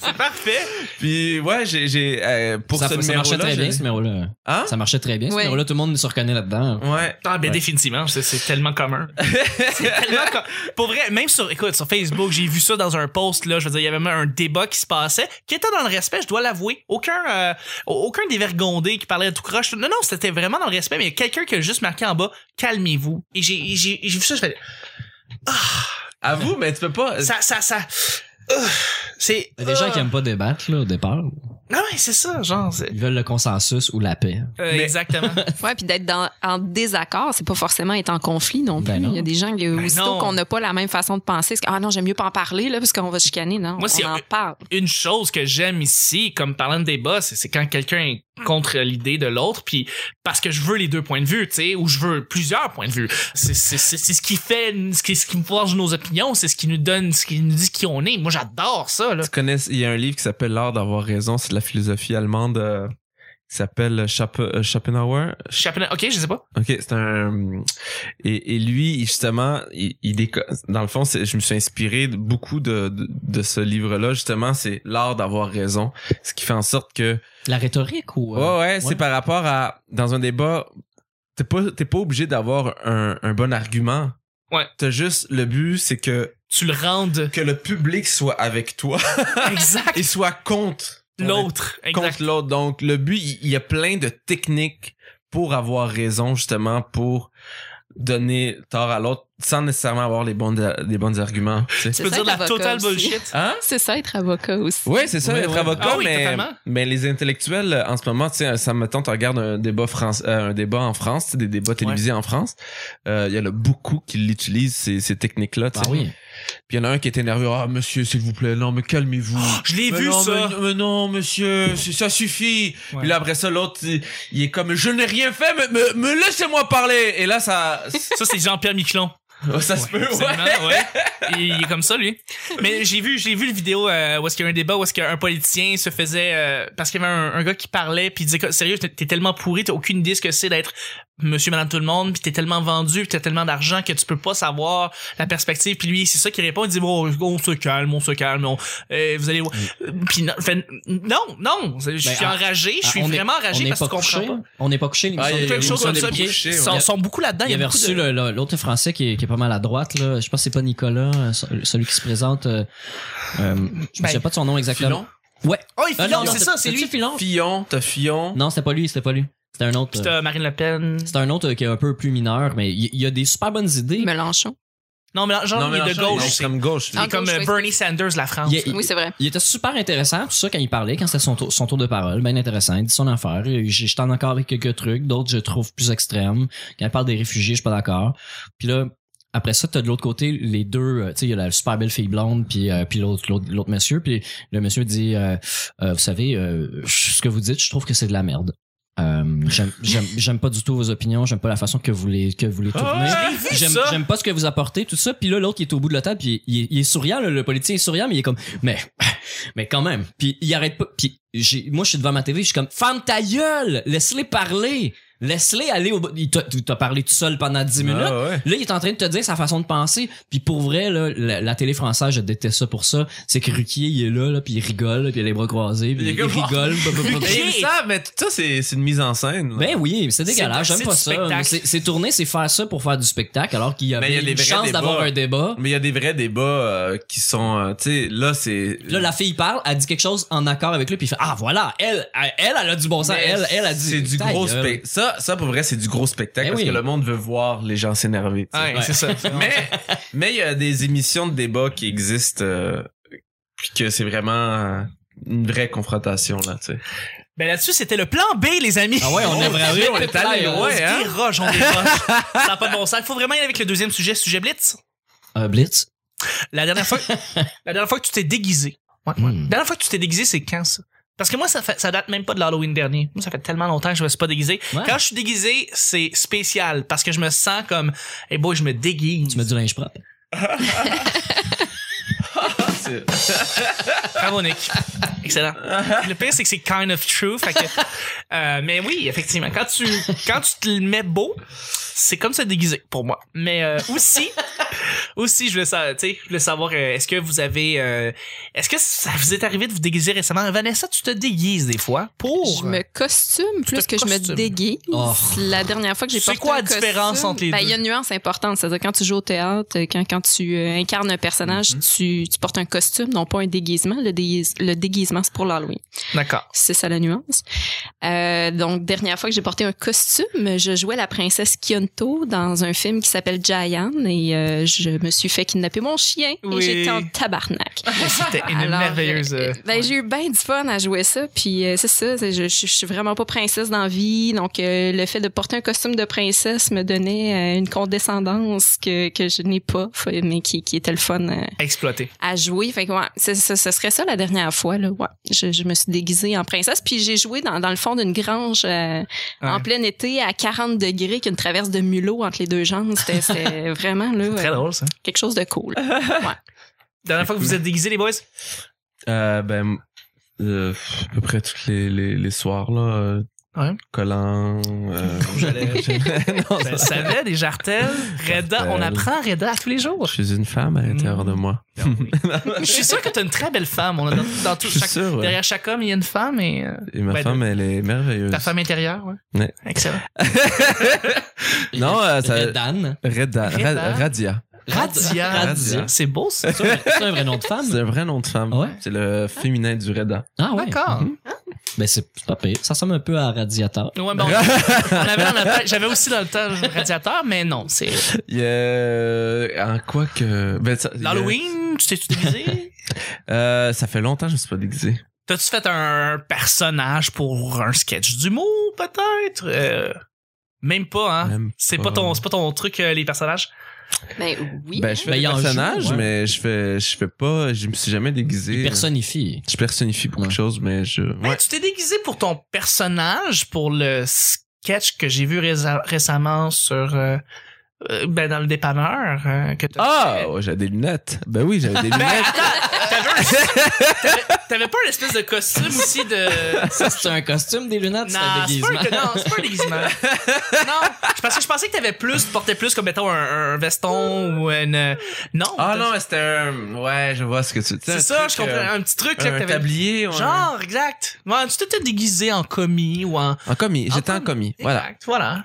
[SPEAKER 3] C'est parfait.
[SPEAKER 2] Puis ouais, j'ai, j'ai euh, pour
[SPEAKER 1] ça,
[SPEAKER 2] ce
[SPEAKER 1] ça
[SPEAKER 2] numéro
[SPEAKER 1] marchait très bien, ce numéro-là.
[SPEAKER 2] Hein
[SPEAKER 1] Ça marchait très bien, ce
[SPEAKER 4] Oui.
[SPEAKER 1] numéro-là. Tout le monde se reconnaît là-dedans.
[SPEAKER 2] Ouais.
[SPEAKER 3] Ah, ben
[SPEAKER 2] Ouais.
[SPEAKER 3] définitivement, c'est- c'est tellement commun. c'est tellement com- Pour vrai, même sur, écoute, sur Facebook, j'ai vu ça dans un post, là, je veux dire, il y avait même un débat qui se passait, qui était dans le respect, je dois l'avouer. Aucun, euh, aucun des vergondés qui parlait de tout croche. Non, non, c'était vraiment dans le respect, mais il y a quelqu'un qui a juste marqué en bas, calmez-vous. Et j'ai, j'ai, j'ai vu ça, je fais,
[SPEAKER 2] Avoue, mais tu peux pas.
[SPEAKER 3] ça, ça, ça, euh, c'est. euh,
[SPEAKER 1] Il y a des gens qui aiment pas débattre, là, au départ.
[SPEAKER 3] Non, mais c'est ça, genre, c'est.
[SPEAKER 1] Ils veulent le consensus ou la paix.
[SPEAKER 3] Euh,
[SPEAKER 2] Mais-
[SPEAKER 3] Exactement.
[SPEAKER 4] Ouais, puis d'être dans- en désaccord, c'est pas forcément être en conflit non plus.
[SPEAKER 1] Ben non.
[SPEAKER 4] Il y a des gens qui,
[SPEAKER 3] non.
[SPEAKER 4] aussitôt qu'on n'a pas la même façon de penser, c'est que, ah non, j'aime mieux pas en parler, là, parce qu'on va se chicaner, non?
[SPEAKER 3] Moi,
[SPEAKER 4] on
[SPEAKER 3] c'est- Ben,
[SPEAKER 4] en parle.
[SPEAKER 3] une chose que j'aime ici, comme parlant de débat, c'est c'est quand quelqu'un est contre l'idée de l'autre, puis parce que je veux les deux points de vue, tu sais, ou je veux plusieurs points de vue. C'est c'est- c'est- c'est ce qui fait, ce qui, ce qui forge nos opinions, c'est ce qui nous donne, ce qui nous dit qui on est. Moi, j'adore ça, là.
[SPEAKER 2] Tu connais, il y a un livre qui s'appelle L'art d'avoir raison, c'est de la philosophie allemande euh, qui s'appelle Schopen- euh, Schopenhauer.
[SPEAKER 3] Chaperon- ok, je sais pas.
[SPEAKER 2] Ok, c'est un et, et lui il- justement, il, il déco- dans le fond, c'est- je me suis inspiré de- beaucoup de, de, de ce livre-là justement, c'est l'art d'avoir raison, ce qui fait en sorte que
[SPEAKER 1] La rhétorique ou.
[SPEAKER 2] ouais
[SPEAKER 1] euh,
[SPEAKER 2] ouais, c'est par rapport à dans un débat, t'es pas t'es pas obligé d'avoir un, un bon argument.
[SPEAKER 3] Ouais.
[SPEAKER 2] T'as juste le but, c'est que
[SPEAKER 3] Tu le rendes
[SPEAKER 2] que le public soit avec toi
[SPEAKER 3] exact
[SPEAKER 2] et soit contre
[SPEAKER 3] l'autre. Exact.
[SPEAKER 2] contre l'autre. Donc, le but, il il y a plein de techniques pour avoir raison, justement, pour donner tort à l'autre sans nécessairement avoir les bons, les bons arguments. tu sais.
[SPEAKER 3] Tu peux dire de la
[SPEAKER 4] Avocat
[SPEAKER 3] totale
[SPEAKER 4] aussi.
[SPEAKER 3] bullshit.
[SPEAKER 2] Hein?
[SPEAKER 4] C'est ça, être avocat aussi.
[SPEAKER 2] Oui, c'est ça,
[SPEAKER 1] Ouais,
[SPEAKER 2] être
[SPEAKER 1] ouais.
[SPEAKER 2] avocat,
[SPEAKER 3] Ah oui,
[SPEAKER 2] mais,
[SPEAKER 3] totalement.
[SPEAKER 2] mais les intellectuels, euh, en ce moment, tu sais, ça me tente, tu regardes un débat, France, euh, un débat en France, tu sais, des débats télévisés en France, euh, il y en a beaucoup qui l'utilisent, ces, ces techniques-là. tu
[SPEAKER 1] Bah
[SPEAKER 2] sais.
[SPEAKER 1] oui.
[SPEAKER 2] Puis il y en a un qui est énervé, « Ah, monsieur, s'il vous plaît, non, mais calmez-vous.
[SPEAKER 3] Je l'ai
[SPEAKER 2] Ah, Mais
[SPEAKER 3] vu
[SPEAKER 2] non,
[SPEAKER 3] ça.
[SPEAKER 2] Mais, mais non, monsieur, c'est- ça suffit.
[SPEAKER 3] Ouais.
[SPEAKER 2] Puis là, après ça, l'autre, il, il est comme, je n'ai rien fait, mais, mais- mais laissez-moi parler. Et là, ça,
[SPEAKER 3] Ça, c'est Jean-Pierre Michelon.
[SPEAKER 2] ça, se peut, ouais.
[SPEAKER 3] Absolument, ouais. Il, il est comme ça, lui. Mais j'ai vu, j'ai vu le vidéo euh, où est-ce qu'il y a eu un débat où est-ce qu'un politicien se faisait euh, parce qu'il y avait un, un gars qui parlait puis il disait que, sérieux t'es t'es tellement pourri t'as aucune idée ce que c'est d'être Monsieur Madame tout le monde puis t'es tellement vendu puis t'as tellement d'argent que tu peux pas savoir la perspective puis lui c'est ça qui répond il dit bon on se calme on se calme on, euh, vous allez puis non, fait, non non je suis
[SPEAKER 1] Mm. ah,
[SPEAKER 3] enragé je suis
[SPEAKER 1] Ah, on est-
[SPEAKER 3] vraiment enragé
[SPEAKER 1] on
[SPEAKER 3] parce
[SPEAKER 1] n'est
[SPEAKER 3] que
[SPEAKER 1] pas
[SPEAKER 3] je comprends
[SPEAKER 1] couché. Euh,
[SPEAKER 3] pas
[SPEAKER 1] On n'est pas couché.
[SPEAKER 2] Ah, il y a-
[SPEAKER 3] quelque chose
[SPEAKER 2] on
[SPEAKER 3] comme
[SPEAKER 2] est
[SPEAKER 3] ça puis
[SPEAKER 2] couché,
[SPEAKER 3] ils
[SPEAKER 2] ouais.
[SPEAKER 3] sont, sont beaucoup là-dedans
[SPEAKER 1] Il y avait
[SPEAKER 3] Ah, a beaucoup
[SPEAKER 1] reçu
[SPEAKER 3] de-
[SPEAKER 1] le- le- l'autre français qui est, qui est pas mal à droite, là. Je pense que c'est pas Nicolas, euh, celui qui se présente. euh, euh, je ne
[SPEAKER 3] Ben,
[SPEAKER 1] sais pas de son nom exactement. Ouais.
[SPEAKER 3] oh il
[SPEAKER 1] Ah,
[SPEAKER 3] filonne,
[SPEAKER 1] non,
[SPEAKER 3] c'est ça c'est
[SPEAKER 1] c'est-tu
[SPEAKER 3] lui
[SPEAKER 1] Filon?
[SPEAKER 2] Fillon, t'as Fillon.
[SPEAKER 1] Non, c'était pas lui, c'était pas lui. C'était un autre.
[SPEAKER 3] Puis
[SPEAKER 1] euh,
[SPEAKER 3] t'as Marine Le Pen
[SPEAKER 1] C'est un autre euh, qui est un peu plus mineur, mais il il y, a des super bonnes idées.
[SPEAKER 4] Mélenchon.
[SPEAKER 3] Non, mais genre,
[SPEAKER 2] Non, mais
[SPEAKER 3] il est de
[SPEAKER 2] Mélenchon, il est
[SPEAKER 3] gauche.
[SPEAKER 2] extrême gauche. lui.
[SPEAKER 3] Il
[SPEAKER 4] Ah,
[SPEAKER 3] est comme
[SPEAKER 4] gauche,
[SPEAKER 3] euh,
[SPEAKER 4] oui.
[SPEAKER 3] Bernie Sanders, la France.
[SPEAKER 1] Il y a-
[SPEAKER 4] Oui, c'est vrai.
[SPEAKER 1] Il était super intéressant, tout ça, quand il parlait, quand c'était son tour, son tour de parole, bien intéressant, il dit son affaire. J'ai- J'étais en accord avec quelques trucs, d'autres je trouve plus extrêmes. Quand il parle des réfugiés, je suis pas d'accord. Puis là, après ça, t'as de l'autre côté les deux, euh, tu sais, il y a la super belle fille blonde, puis, euh, puis l'autre, l'autre, l'autre monsieur, puis le monsieur dit, euh, Euh, vous savez, euh, je- ce que vous dites, je trouve que c'est de la merde. Euh, j'aime- j'aime j'aime pas du tout vos opinions, j'aime pas la façon que vous les, que vous les tournez.
[SPEAKER 3] Ah, je l'ai vu,
[SPEAKER 1] J'aime
[SPEAKER 3] ça!
[SPEAKER 1] j'aime pas ce que vous apportez, tout ça. Puis là, l'autre, il est au bout de la table, puis il, est- il est souriant, là, le politicien est souriant, mais il est comme, mais, mais quand même. Puis il arrête pas. Puis j'ai- moi, je suis devant ma TV, je suis comme, ferme ta gueule! Laisse-les parler! Laisse-les aller au bout. Il t'a- t'a parlé tout seul pendant 10 minutes.
[SPEAKER 2] Ah, ouais.
[SPEAKER 1] Là, il est en train de te dire sa façon de penser. Puis pour vrai, là, la, la télé française, je déteste ça pour ça. C'est que Ruquier, il est là, là puis il rigole, là, puis il a les bras croisés, puis
[SPEAKER 2] Il est
[SPEAKER 1] il,
[SPEAKER 2] comme- oh,
[SPEAKER 1] rigole. bah, bah, bah, bah.
[SPEAKER 2] Mais ils le savent, mais tout ça, c'est c'est une mise en scène. là.
[SPEAKER 1] Ben oui, mais c'est dégueulasse,
[SPEAKER 3] C'est-
[SPEAKER 1] j'aime
[SPEAKER 3] c'est
[SPEAKER 1] pas
[SPEAKER 3] du
[SPEAKER 1] ça.
[SPEAKER 3] spectacle.
[SPEAKER 1] Mais C'est c'est tourné, c'est faire ça pour faire du spectacle, alors qu'il y
[SPEAKER 2] Mais Ben, il y
[SPEAKER 1] avait
[SPEAKER 2] a des
[SPEAKER 1] une
[SPEAKER 2] vrais
[SPEAKER 1] chance d'avoir
[SPEAKER 2] débats.
[SPEAKER 1] un débat.
[SPEAKER 2] Mais il y a des vrais débats euh, qui sont, euh, tu sais, là, c'est...
[SPEAKER 1] Là, la fille parle, elle dit quelque chose en accord avec lui, puis il fait Ah voilà, elle, elle, elle, elle a du bon sens,
[SPEAKER 2] Mais
[SPEAKER 1] elle, elle a dit.
[SPEAKER 2] C'est du
[SPEAKER 1] Ta
[SPEAKER 2] gros
[SPEAKER 1] gueule.
[SPEAKER 2] spectacle. Ça, ça, pour vrai, c'est du gros spectacle
[SPEAKER 1] Ben
[SPEAKER 2] parce
[SPEAKER 1] oui.
[SPEAKER 2] que le monde veut voir les gens s'énerver. tu sais.
[SPEAKER 3] Ouais,
[SPEAKER 1] Ouais.
[SPEAKER 3] c'est ça.
[SPEAKER 2] mais mais il y a des émissions de débat qui existent euh, puis que c'est vraiment euh, une vraie confrontation là tu sais
[SPEAKER 3] ben là-dessus, c'était le plan B, les amis.
[SPEAKER 1] Ah ouais, on est vraiment
[SPEAKER 2] on est allé
[SPEAKER 1] Euh,
[SPEAKER 2] loin.
[SPEAKER 3] On se
[SPEAKER 2] ouais, hein?
[SPEAKER 3] déroge, on déroge. Ça n'a pas de bon sens. Il faut vraiment y aller avec le deuxième sujet, sujet Blitz.
[SPEAKER 1] euh, Blitz.
[SPEAKER 3] La dernière fois, la dernière fois que tu t'es déguisé.
[SPEAKER 1] Hmm.
[SPEAKER 3] La dernière fois que tu t'es déguisé, c'est quand ça? Parce que moi, ça, fait, ça date même pas de l'Halloween dernier. Moi, ça fait tellement longtemps que je me suis pas déguisé.
[SPEAKER 1] Ouais.
[SPEAKER 3] Quand je suis déguisé, c'est spécial parce que je me sens comme, hey boy, je me déguise.
[SPEAKER 1] Tu mets du linge propre.
[SPEAKER 2] C'est-
[SPEAKER 3] Bravo, Nick. Excellent. Le pire, c'est que c'est kind of true. Fait que, euh, mais oui, effectivement, quand tu, quand tu te le mets beau, c'est comme se déguiser pour moi. Mais euh, aussi, aussi, je voulais, sa- tu sais, je voulais savoir, euh, est-ce que vous avez... euh, est-ce que ça vous est arrivé de vous déguiser récemment? Vanessa, tu te déguises des fois pour...
[SPEAKER 4] Je me costume plus
[SPEAKER 3] te
[SPEAKER 4] que je
[SPEAKER 3] costumes.
[SPEAKER 4] me déguise.
[SPEAKER 1] Oh.
[SPEAKER 4] La dernière fois que j'ai
[SPEAKER 3] C'est
[SPEAKER 4] porté
[SPEAKER 3] quoi
[SPEAKER 4] un
[SPEAKER 3] la différence
[SPEAKER 4] costume,
[SPEAKER 3] entre les
[SPEAKER 4] ben,
[SPEAKER 3] deux?
[SPEAKER 4] Il y a une nuance importante. C'est-à-dire, quand tu joues au théâtre, quand, quand tu euh, incarnes un personnage, tu, tu portes un costume, non pas un déguisement. Le, déguise- le déguisement, c'est pour l'Halloween.
[SPEAKER 3] euh, D'accord.
[SPEAKER 4] C'est ça la nuance. Euh, donc, dernière fois que j'ai porté un costume, je jouais la princesse Kionto dans un film qui s'appelle Jayan et euh, je me suis fait kidnapper mon chien
[SPEAKER 3] Oui.
[SPEAKER 4] et j'étais en tabarnak.
[SPEAKER 3] C'était une
[SPEAKER 4] Alors,
[SPEAKER 3] merveilleuse...
[SPEAKER 4] euh,
[SPEAKER 3] euh,
[SPEAKER 4] ben, J'ai eu bien du fun à jouer ça. Puis euh, c'est ça, c'est- je, je, je suis vraiment pas princesse dans la vie. Donc euh, le fait de porter un costume de princesse me donnait euh, une condescendance que, que je n'ai pas, f- mais qui, qui était le fun euh,
[SPEAKER 3] exploité.
[SPEAKER 4] à jouer. Fait que ouais, c'est- ce ce serait ça la dernière fois. Là. Ouais. Je, je me suis déguisée en princesse. Puis j'ai joué dans, dans le fond d'une grange euh, en
[SPEAKER 3] Ouais.
[SPEAKER 4] plein été à 40 degrés, qu'une traverse de mulot entre les deux jambes. C'était- C'était vraiment là,
[SPEAKER 3] Très
[SPEAKER 4] euh,
[SPEAKER 3] drôle, ça.
[SPEAKER 4] quelque chose de cool.
[SPEAKER 3] Dernière fois que vous vous êtes déguisés, les boys?
[SPEAKER 2] Euh, ben, euh, à peu près tous les, les, les soirs, là. euh,
[SPEAKER 3] Ouais.
[SPEAKER 2] Collant. euh,
[SPEAKER 3] Rouge à lèvres.
[SPEAKER 2] non, ça-
[SPEAKER 3] Ben, ça va, des jartelles. Reda, on
[SPEAKER 2] Jartelles.
[SPEAKER 3] apprend Reda à tous les jours.
[SPEAKER 2] Je suis une femme à l'intérieur
[SPEAKER 3] Mm.
[SPEAKER 2] de moi.
[SPEAKER 3] Je suis sûr que t'as une très belle femme. On a dans, dans tout,
[SPEAKER 2] Je suis
[SPEAKER 3] chaque-
[SPEAKER 2] sûr, ouais.
[SPEAKER 3] Derrière chaque homme, il y a une femme et euh,
[SPEAKER 2] Et ma
[SPEAKER 3] Ben,
[SPEAKER 2] femme, elle est merveilleuse.
[SPEAKER 3] ta femme intérieure, ouais.
[SPEAKER 2] Ouais.
[SPEAKER 3] Excellent.
[SPEAKER 2] Non, euh, ça-
[SPEAKER 1] Dan.
[SPEAKER 2] Reda- Ra-
[SPEAKER 3] Reda.
[SPEAKER 2] Radia.
[SPEAKER 3] Radia.
[SPEAKER 2] Radia.
[SPEAKER 3] C'est beau, ça.
[SPEAKER 1] C'est un- c'est un vrai nom de femme.
[SPEAKER 2] C'est un vrai nom de femme.
[SPEAKER 1] Ah ouais?
[SPEAKER 2] C'est le féminin du Reda.
[SPEAKER 1] Ah ouais.
[SPEAKER 3] D'accord.
[SPEAKER 1] Mhm. Ben c'est c'est pas pire. Ça ressemble un peu à Radiateur.
[SPEAKER 3] Ouais, ben, on, on avait dans la tête- J'avais aussi dans le temps le radiateur, mais non. C'est
[SPEAKER 2] Il y a... En quoi que... Ben, ça, il y a-
[SPEAKER 3] l'Halloween. Tu t'es-tu déguisé?
[SPEAKER 2] Euh, ça fait longtemps que je me suis pas déguisé.
[SPEAKER 3] T'as-tu fait un personnage pour un sketch d'humour, peut-être? Euh, même pas, hein?
[SPEAKER 2] Même
[SPEAKER 3] C'est pas ton, c'est pas ton truc, euh, les personnages?
[SPEAKER 4] Ben oui.
[SPEAKER 2] Ben, je fais
[SPEAKER 1] Ben,
[SPEAKER 2] des
[SPEAKER 1] il en joue,
[SPEAKER 2] personnages,
[SPEAKER 1] ouais.
[SPEAKER 2] mais je fais, je fais pas... Je me suis jamais déguisé.
[SPEAKER 1] Personnifie.
[SPEAKER 2] Je personnifie beaucoup
[SPEAKER 1] Ouais.
[SPEAKER 2] de choses, mais je...
[SPEAKER 3] Ouais.
[SPEAKER 2] Ouais.
[SPEAKER 3] tu t'es déguisé pour ton personnage pour le sketch que j'ai vu résa- récemment sur euh, euh, ben dans le dépanneur euh, que t'as-
[SPEAKER 2] Ah! ouais, j'avais des lunettes. Ben oui, j'avais des
[SPEAKER 3] Ben,
[SPEAKER 2] lunettes.
[SPEAKER 3] attends, t'avais, un- t'avais- t'avais pas une espèce de costume aussi de
[SPEAKER 1] Ça, c'est un costume, des lunettes, c'est un
[SPEAKER 3] non, c'est pas,
[SPEAKER 1] déguisement.
[SPEAKER 3] un- non, c'est pas un déguisement. non, parce que je pensais que t'avais plus, tu portais plus comme mettons un, un veston ou une. Non.
[SPEAKER 2] Ah
[SPEAKER 3] t'as-
[SPEAKER 2] non, mais c'était un... Ouais, je vois ce que tu... tu sais, un
[SPEAKER 3] C'est ça,
[SPEAKER 2] truc,
[SPEAKER 3] je comprends.
[SPEAKER 2] euh,
[SPEAKER 3] un petit truc là, que
[SPEAKER 2] Un
[SPEAKER 3] t'avais.
[SPEAKER 2] tablier. ouais.
[SPEAKER 3] Genre, exact. Ouais, tu t'étais déguisé en commis ou en
[SPEAKER 2] En commis.
[SPEAKER 3] En
[SPEAKER 2] J'étais en commis. Voilà.
[SPEAKER 3] Exact, voilà.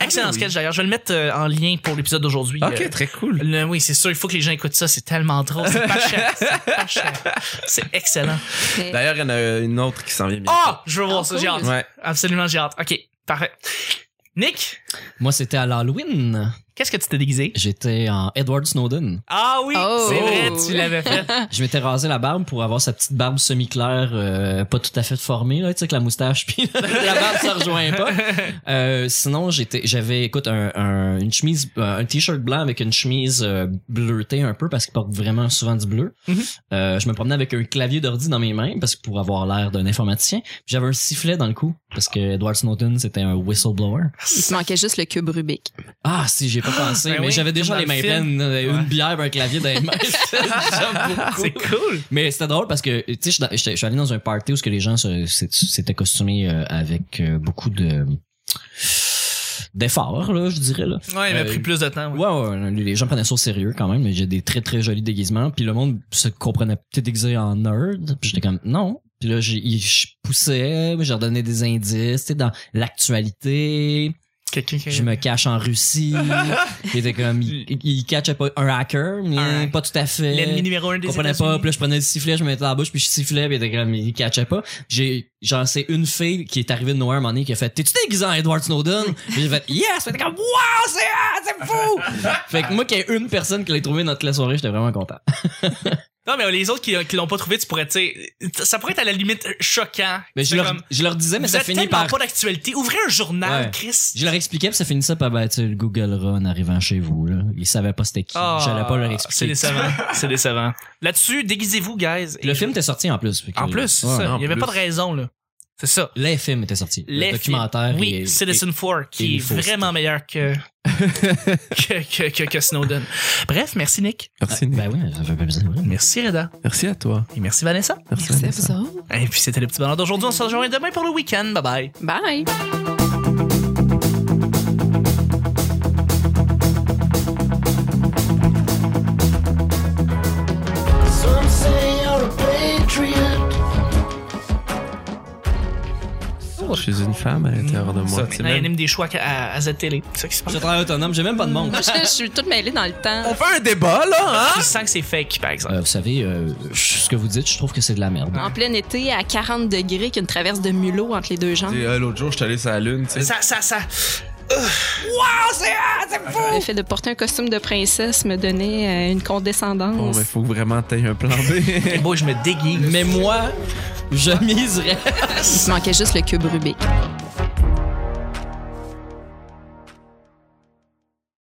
[SPEAKER 3] Excellent
[SPEAKER 2] Ah oui.
[SPEAKER 3] sketch d'ailleurs. Je vais le mettre euh, en lien pour l'épisode d'aujourd'hui.
[SPEAKER 2] Ok,
[SPEAKER 3] Euh,
[SPEAKER 2] très cool.
[SPEAKER 3] le- oui, c'est sûr, il faut que les gens écoutent ça, c'est tellement drôle, c'est pas cher, c'est pas cher. C'est excellent.
[SPEAKER 4] Mais-
[SPEAKER 2] D'ailleurs, il y en a une autre qui s'en vient bien.
[SPEAKER 3] Ah, je veux voir
[SPEAKER 4] Ah,
[SPEAKER 3] ça, j'ai hâte.
[SPEAKER 4] cool.
[SPEAKER 2] Ouais.
[SPEAKER 3] Absolument, j'ai hâte. OK, parfait. Nick,
[SPEAKER 1] Moi, c'était à l'Halloween.
[SPEAKER 3] qu'est-ce que tu t'es déguisé?
[SPEAKER 1] J'étais en Edward Snowden.
[SPEAKER 3] Ah oui,
[SPEAKER 4] Oh.
[SPEAKER 3] c'est vrai, tu l'avais fait.
[SPEAKER 1] Je m'étais rasé la barbe pour avoir sa petite barbe semi-claire, euh, pas tout à fait formée, là, tu sais, que la moustache puis la barbe, ça rejoint pas. Euh, sinon, j'étais, j'avais, écoute, un, un- une chemise, euh, un t-shirt blanc avec une chemise euh, bleutée un peu parce qu'il porte vraiment souvent du bleu.
[SPEAKER 3] Mhm.
[SPEAKER 1] Euh, je me promenais avec un clavier d'ordi dans mes mains parce que pour avoir l'air d'un informaticien. Puis J'avais un sifflet dans le cou parce que Edward Snowden c'était un whistleblower.
[SPEAKER 4] Il te manquait juste le cube Rubik.
[SPEAKER 1] Ah, si, j'ai pas pensé,
[SPEAKER 3] Ben
[SPEAKER 1] mais
[SPEAKER 3] oui,
[SPEAKER 1] j'avais déjà les
[SPEAKER 3] comme dans
[SPEAKER 1] mains
[SPEAKER 3] le film.
[SPEAKER 1] pleines, euh,
[SPEAKER 3] Ouais.
[SPEAKER 1] une bière, un clavier dans les mains. J'aime beaucoup.
[SPEAKER 3] C'est cool.
[SPEAKER 1] Mais c'était drôle parce que tu sais, je suis dans- j'étais- je suis allé dans un party où ce que les gens se- s'é- s'étaient costumés euh, avec euh, beaucoup de d'efforts là, je dirais là.
[SPEAKER 3] Ouais, il m'a
[SPEAKER 1] Euh,
[SPEAKER 3] pris plus de temps. ouais.
[SPEAKER 1] Ouais, ouais, les gens prenaient ça au sérieux quand même, mais j'ai des très très jolis déguisements, puis le monde se comprenait peut-être déguisé en nerd, puis j'étais comme non. Puis là, j'ai- il- je poussais, je leur donnais des indices, tu sais, dans l'actualité,
[SPEAKER 3] Quelqu'un qui-
[SPEAKER 1] je me cache en Russie. Il était comme, il, il catchait pas un hacker, mais
[SPEAKER 3] Un-
[SPEAKER 1] pas tout à fait
[SPEAKER 3] L'ennemi numéro un des
[SPEAKER 1] je comprenais
[SPEAKER 3] États-Unis.
[SPEAKER 1] pas puis là je prenais le sifflet je me mettais dans la bouche puis je sifflais puis il était comme il catchait pas j'ai genre c'est une fille qui est arrivée de nowhere un moment donné qui a fait t'es-tu déguisé en Edward Snowden Puis j'ai fait yes Puis elle était comme wow c'est ah, c'est fou fait que moi qu'il y ait une personne qui l'ait trouvé notre la soirée j'étais vraiment content
[SPEAKER 3] Non, mais les autres qui, qui l'ont pas trouvé, tu pourrais, tu sais, ça pourrait être à la limite choquant.
[SPEAKER 1] Mais je
[SPEAKER 3] C'est
[SPEAKER 1] leur,
[SPEAKER 3] comme,
[SPEAKER 1] je leur disais, mais
[SPEAKER 3] vous
[SPEAKER 1] ça
[SPEAKER 3] êtes
[SPEAKER 1] finit
[SPEAKER 3] tellement
[SPEAKER 1] par.
[SPEAKER 3] pas d'actualité. Ouvrez un journal,
[SPEAKER 1] Ouais.
[SPEAKER 3] Chris.
[SPEAKER 1] Je leur expliquais, puis ça finissait par ben, tu sais, le Google Run arrivant chez vous. Là. Ils savaient pas c'était qui.
[SPEAKER 3] Ah,
[SPEAKER 1] J'allais pas leur
[SPEAKER 3] C'est
[SPEAKER 1] expliquer.
[SPEAKER 3] décevant. c'est décevant. Là-dessus, déguisez-vous, guys.
[SPEAKER 1] Le film était sorti en plus. fait que-
[SPEAKER 3] En plus, c'est
[SPEAKER 1] Ouais.
[SPEAKER 3] ça.
[SPEAKER 2] en
[SPEAKER 3] il y avait
[SPEAKER 2] euh, plus.
[SPEAKER 3] pas de raison, là. C'est ça.
[SPEAKER 1] Les films étaient sortis. le
[SPEAKER 3] Les
[SPEAKER 1] documentaire.
[SPEAKER 3] films- Oui,
[SPEAKER 1] et-
[SPEAKER 3] Citizen Four,
[SPEAKER 1] et
[SPEAKER 3] qui
[SPEAKER 1] les
[SPEAKER 3] est
[SPEAKER 1] faux
[SPEAKER 3] vraiment meilleur que, que, que, que, que Snowden. Bref, merci Nick.
[SPEAKER 2] Merci, Nick.
[SPEAKER 1] Ben oui, ça fait plaisir. oui.
[SPEAKER 3] Merci Reda.
[SPEAKER 2] Merci à toi.
[SPEAKER 3] Et merci Vanessa.
[SPEAKER 2] Merci,
[SPEAKER 4] Merci à
[SPEAKER 2] Vanessa.
[SPEAKER 4] vous autres.
[SPEAKER 3] Et puis c'était le petit bonheur d'aujourd'hui. On se rejoint demain pour le week-end. Bye bye.
[SPEAKER 4] Bye!
[SPEAKER 5] Some say you're a patriot.
[SPEAKER 2] Je suis une femme à l'intérieur de moi.
[SPEAKER 1] Ça,
[SPEAKER 2] C'est
[SPEAKER 3] Là, il
[SPEAKER 2] même-
[SPEAKER 3] anime des choix à, à ZTL. C'est ça qui se passe.
[SPEAKER 1] Je travaille autonome, j'ai même pas de montre.
[SPEAKER 4] Moi, je, je suis toute mêlée dans le temps.
[SPEAKER 2] On fait un débat, là, hein?
[SPEAKER 3] Je sens que c'est fake, par exemple.
[SPEAKER 1] Euh, vous savez, euh, je- ce que vous dites, je trouve que c'est de la merde.
[SPEAKER 4] En plein été, à 40 degrés, qu'une traverse de mulot entre les deux jambes.
[SPEAKER 2] Tu sais, euh, L'autre jour, je suis allé sur la lune, tu sais.
[SPEAKER 3] Ça, ça, ça.
[SPEAKER 4] Le fait de porter un costume de princesse me donnait euh, une
[SPEAKER 2] Bon,
[SPEAKER 4] condescendance.
[SPEAKER 2] mais faut vraiment que t'aies un plan B.
[SPEAKER 3] C'est beau, je me déguise.
[SPEAKER 1] Mais moi, je miserais.
[SPEAKER 4] Il manquait juste le cube Rubik.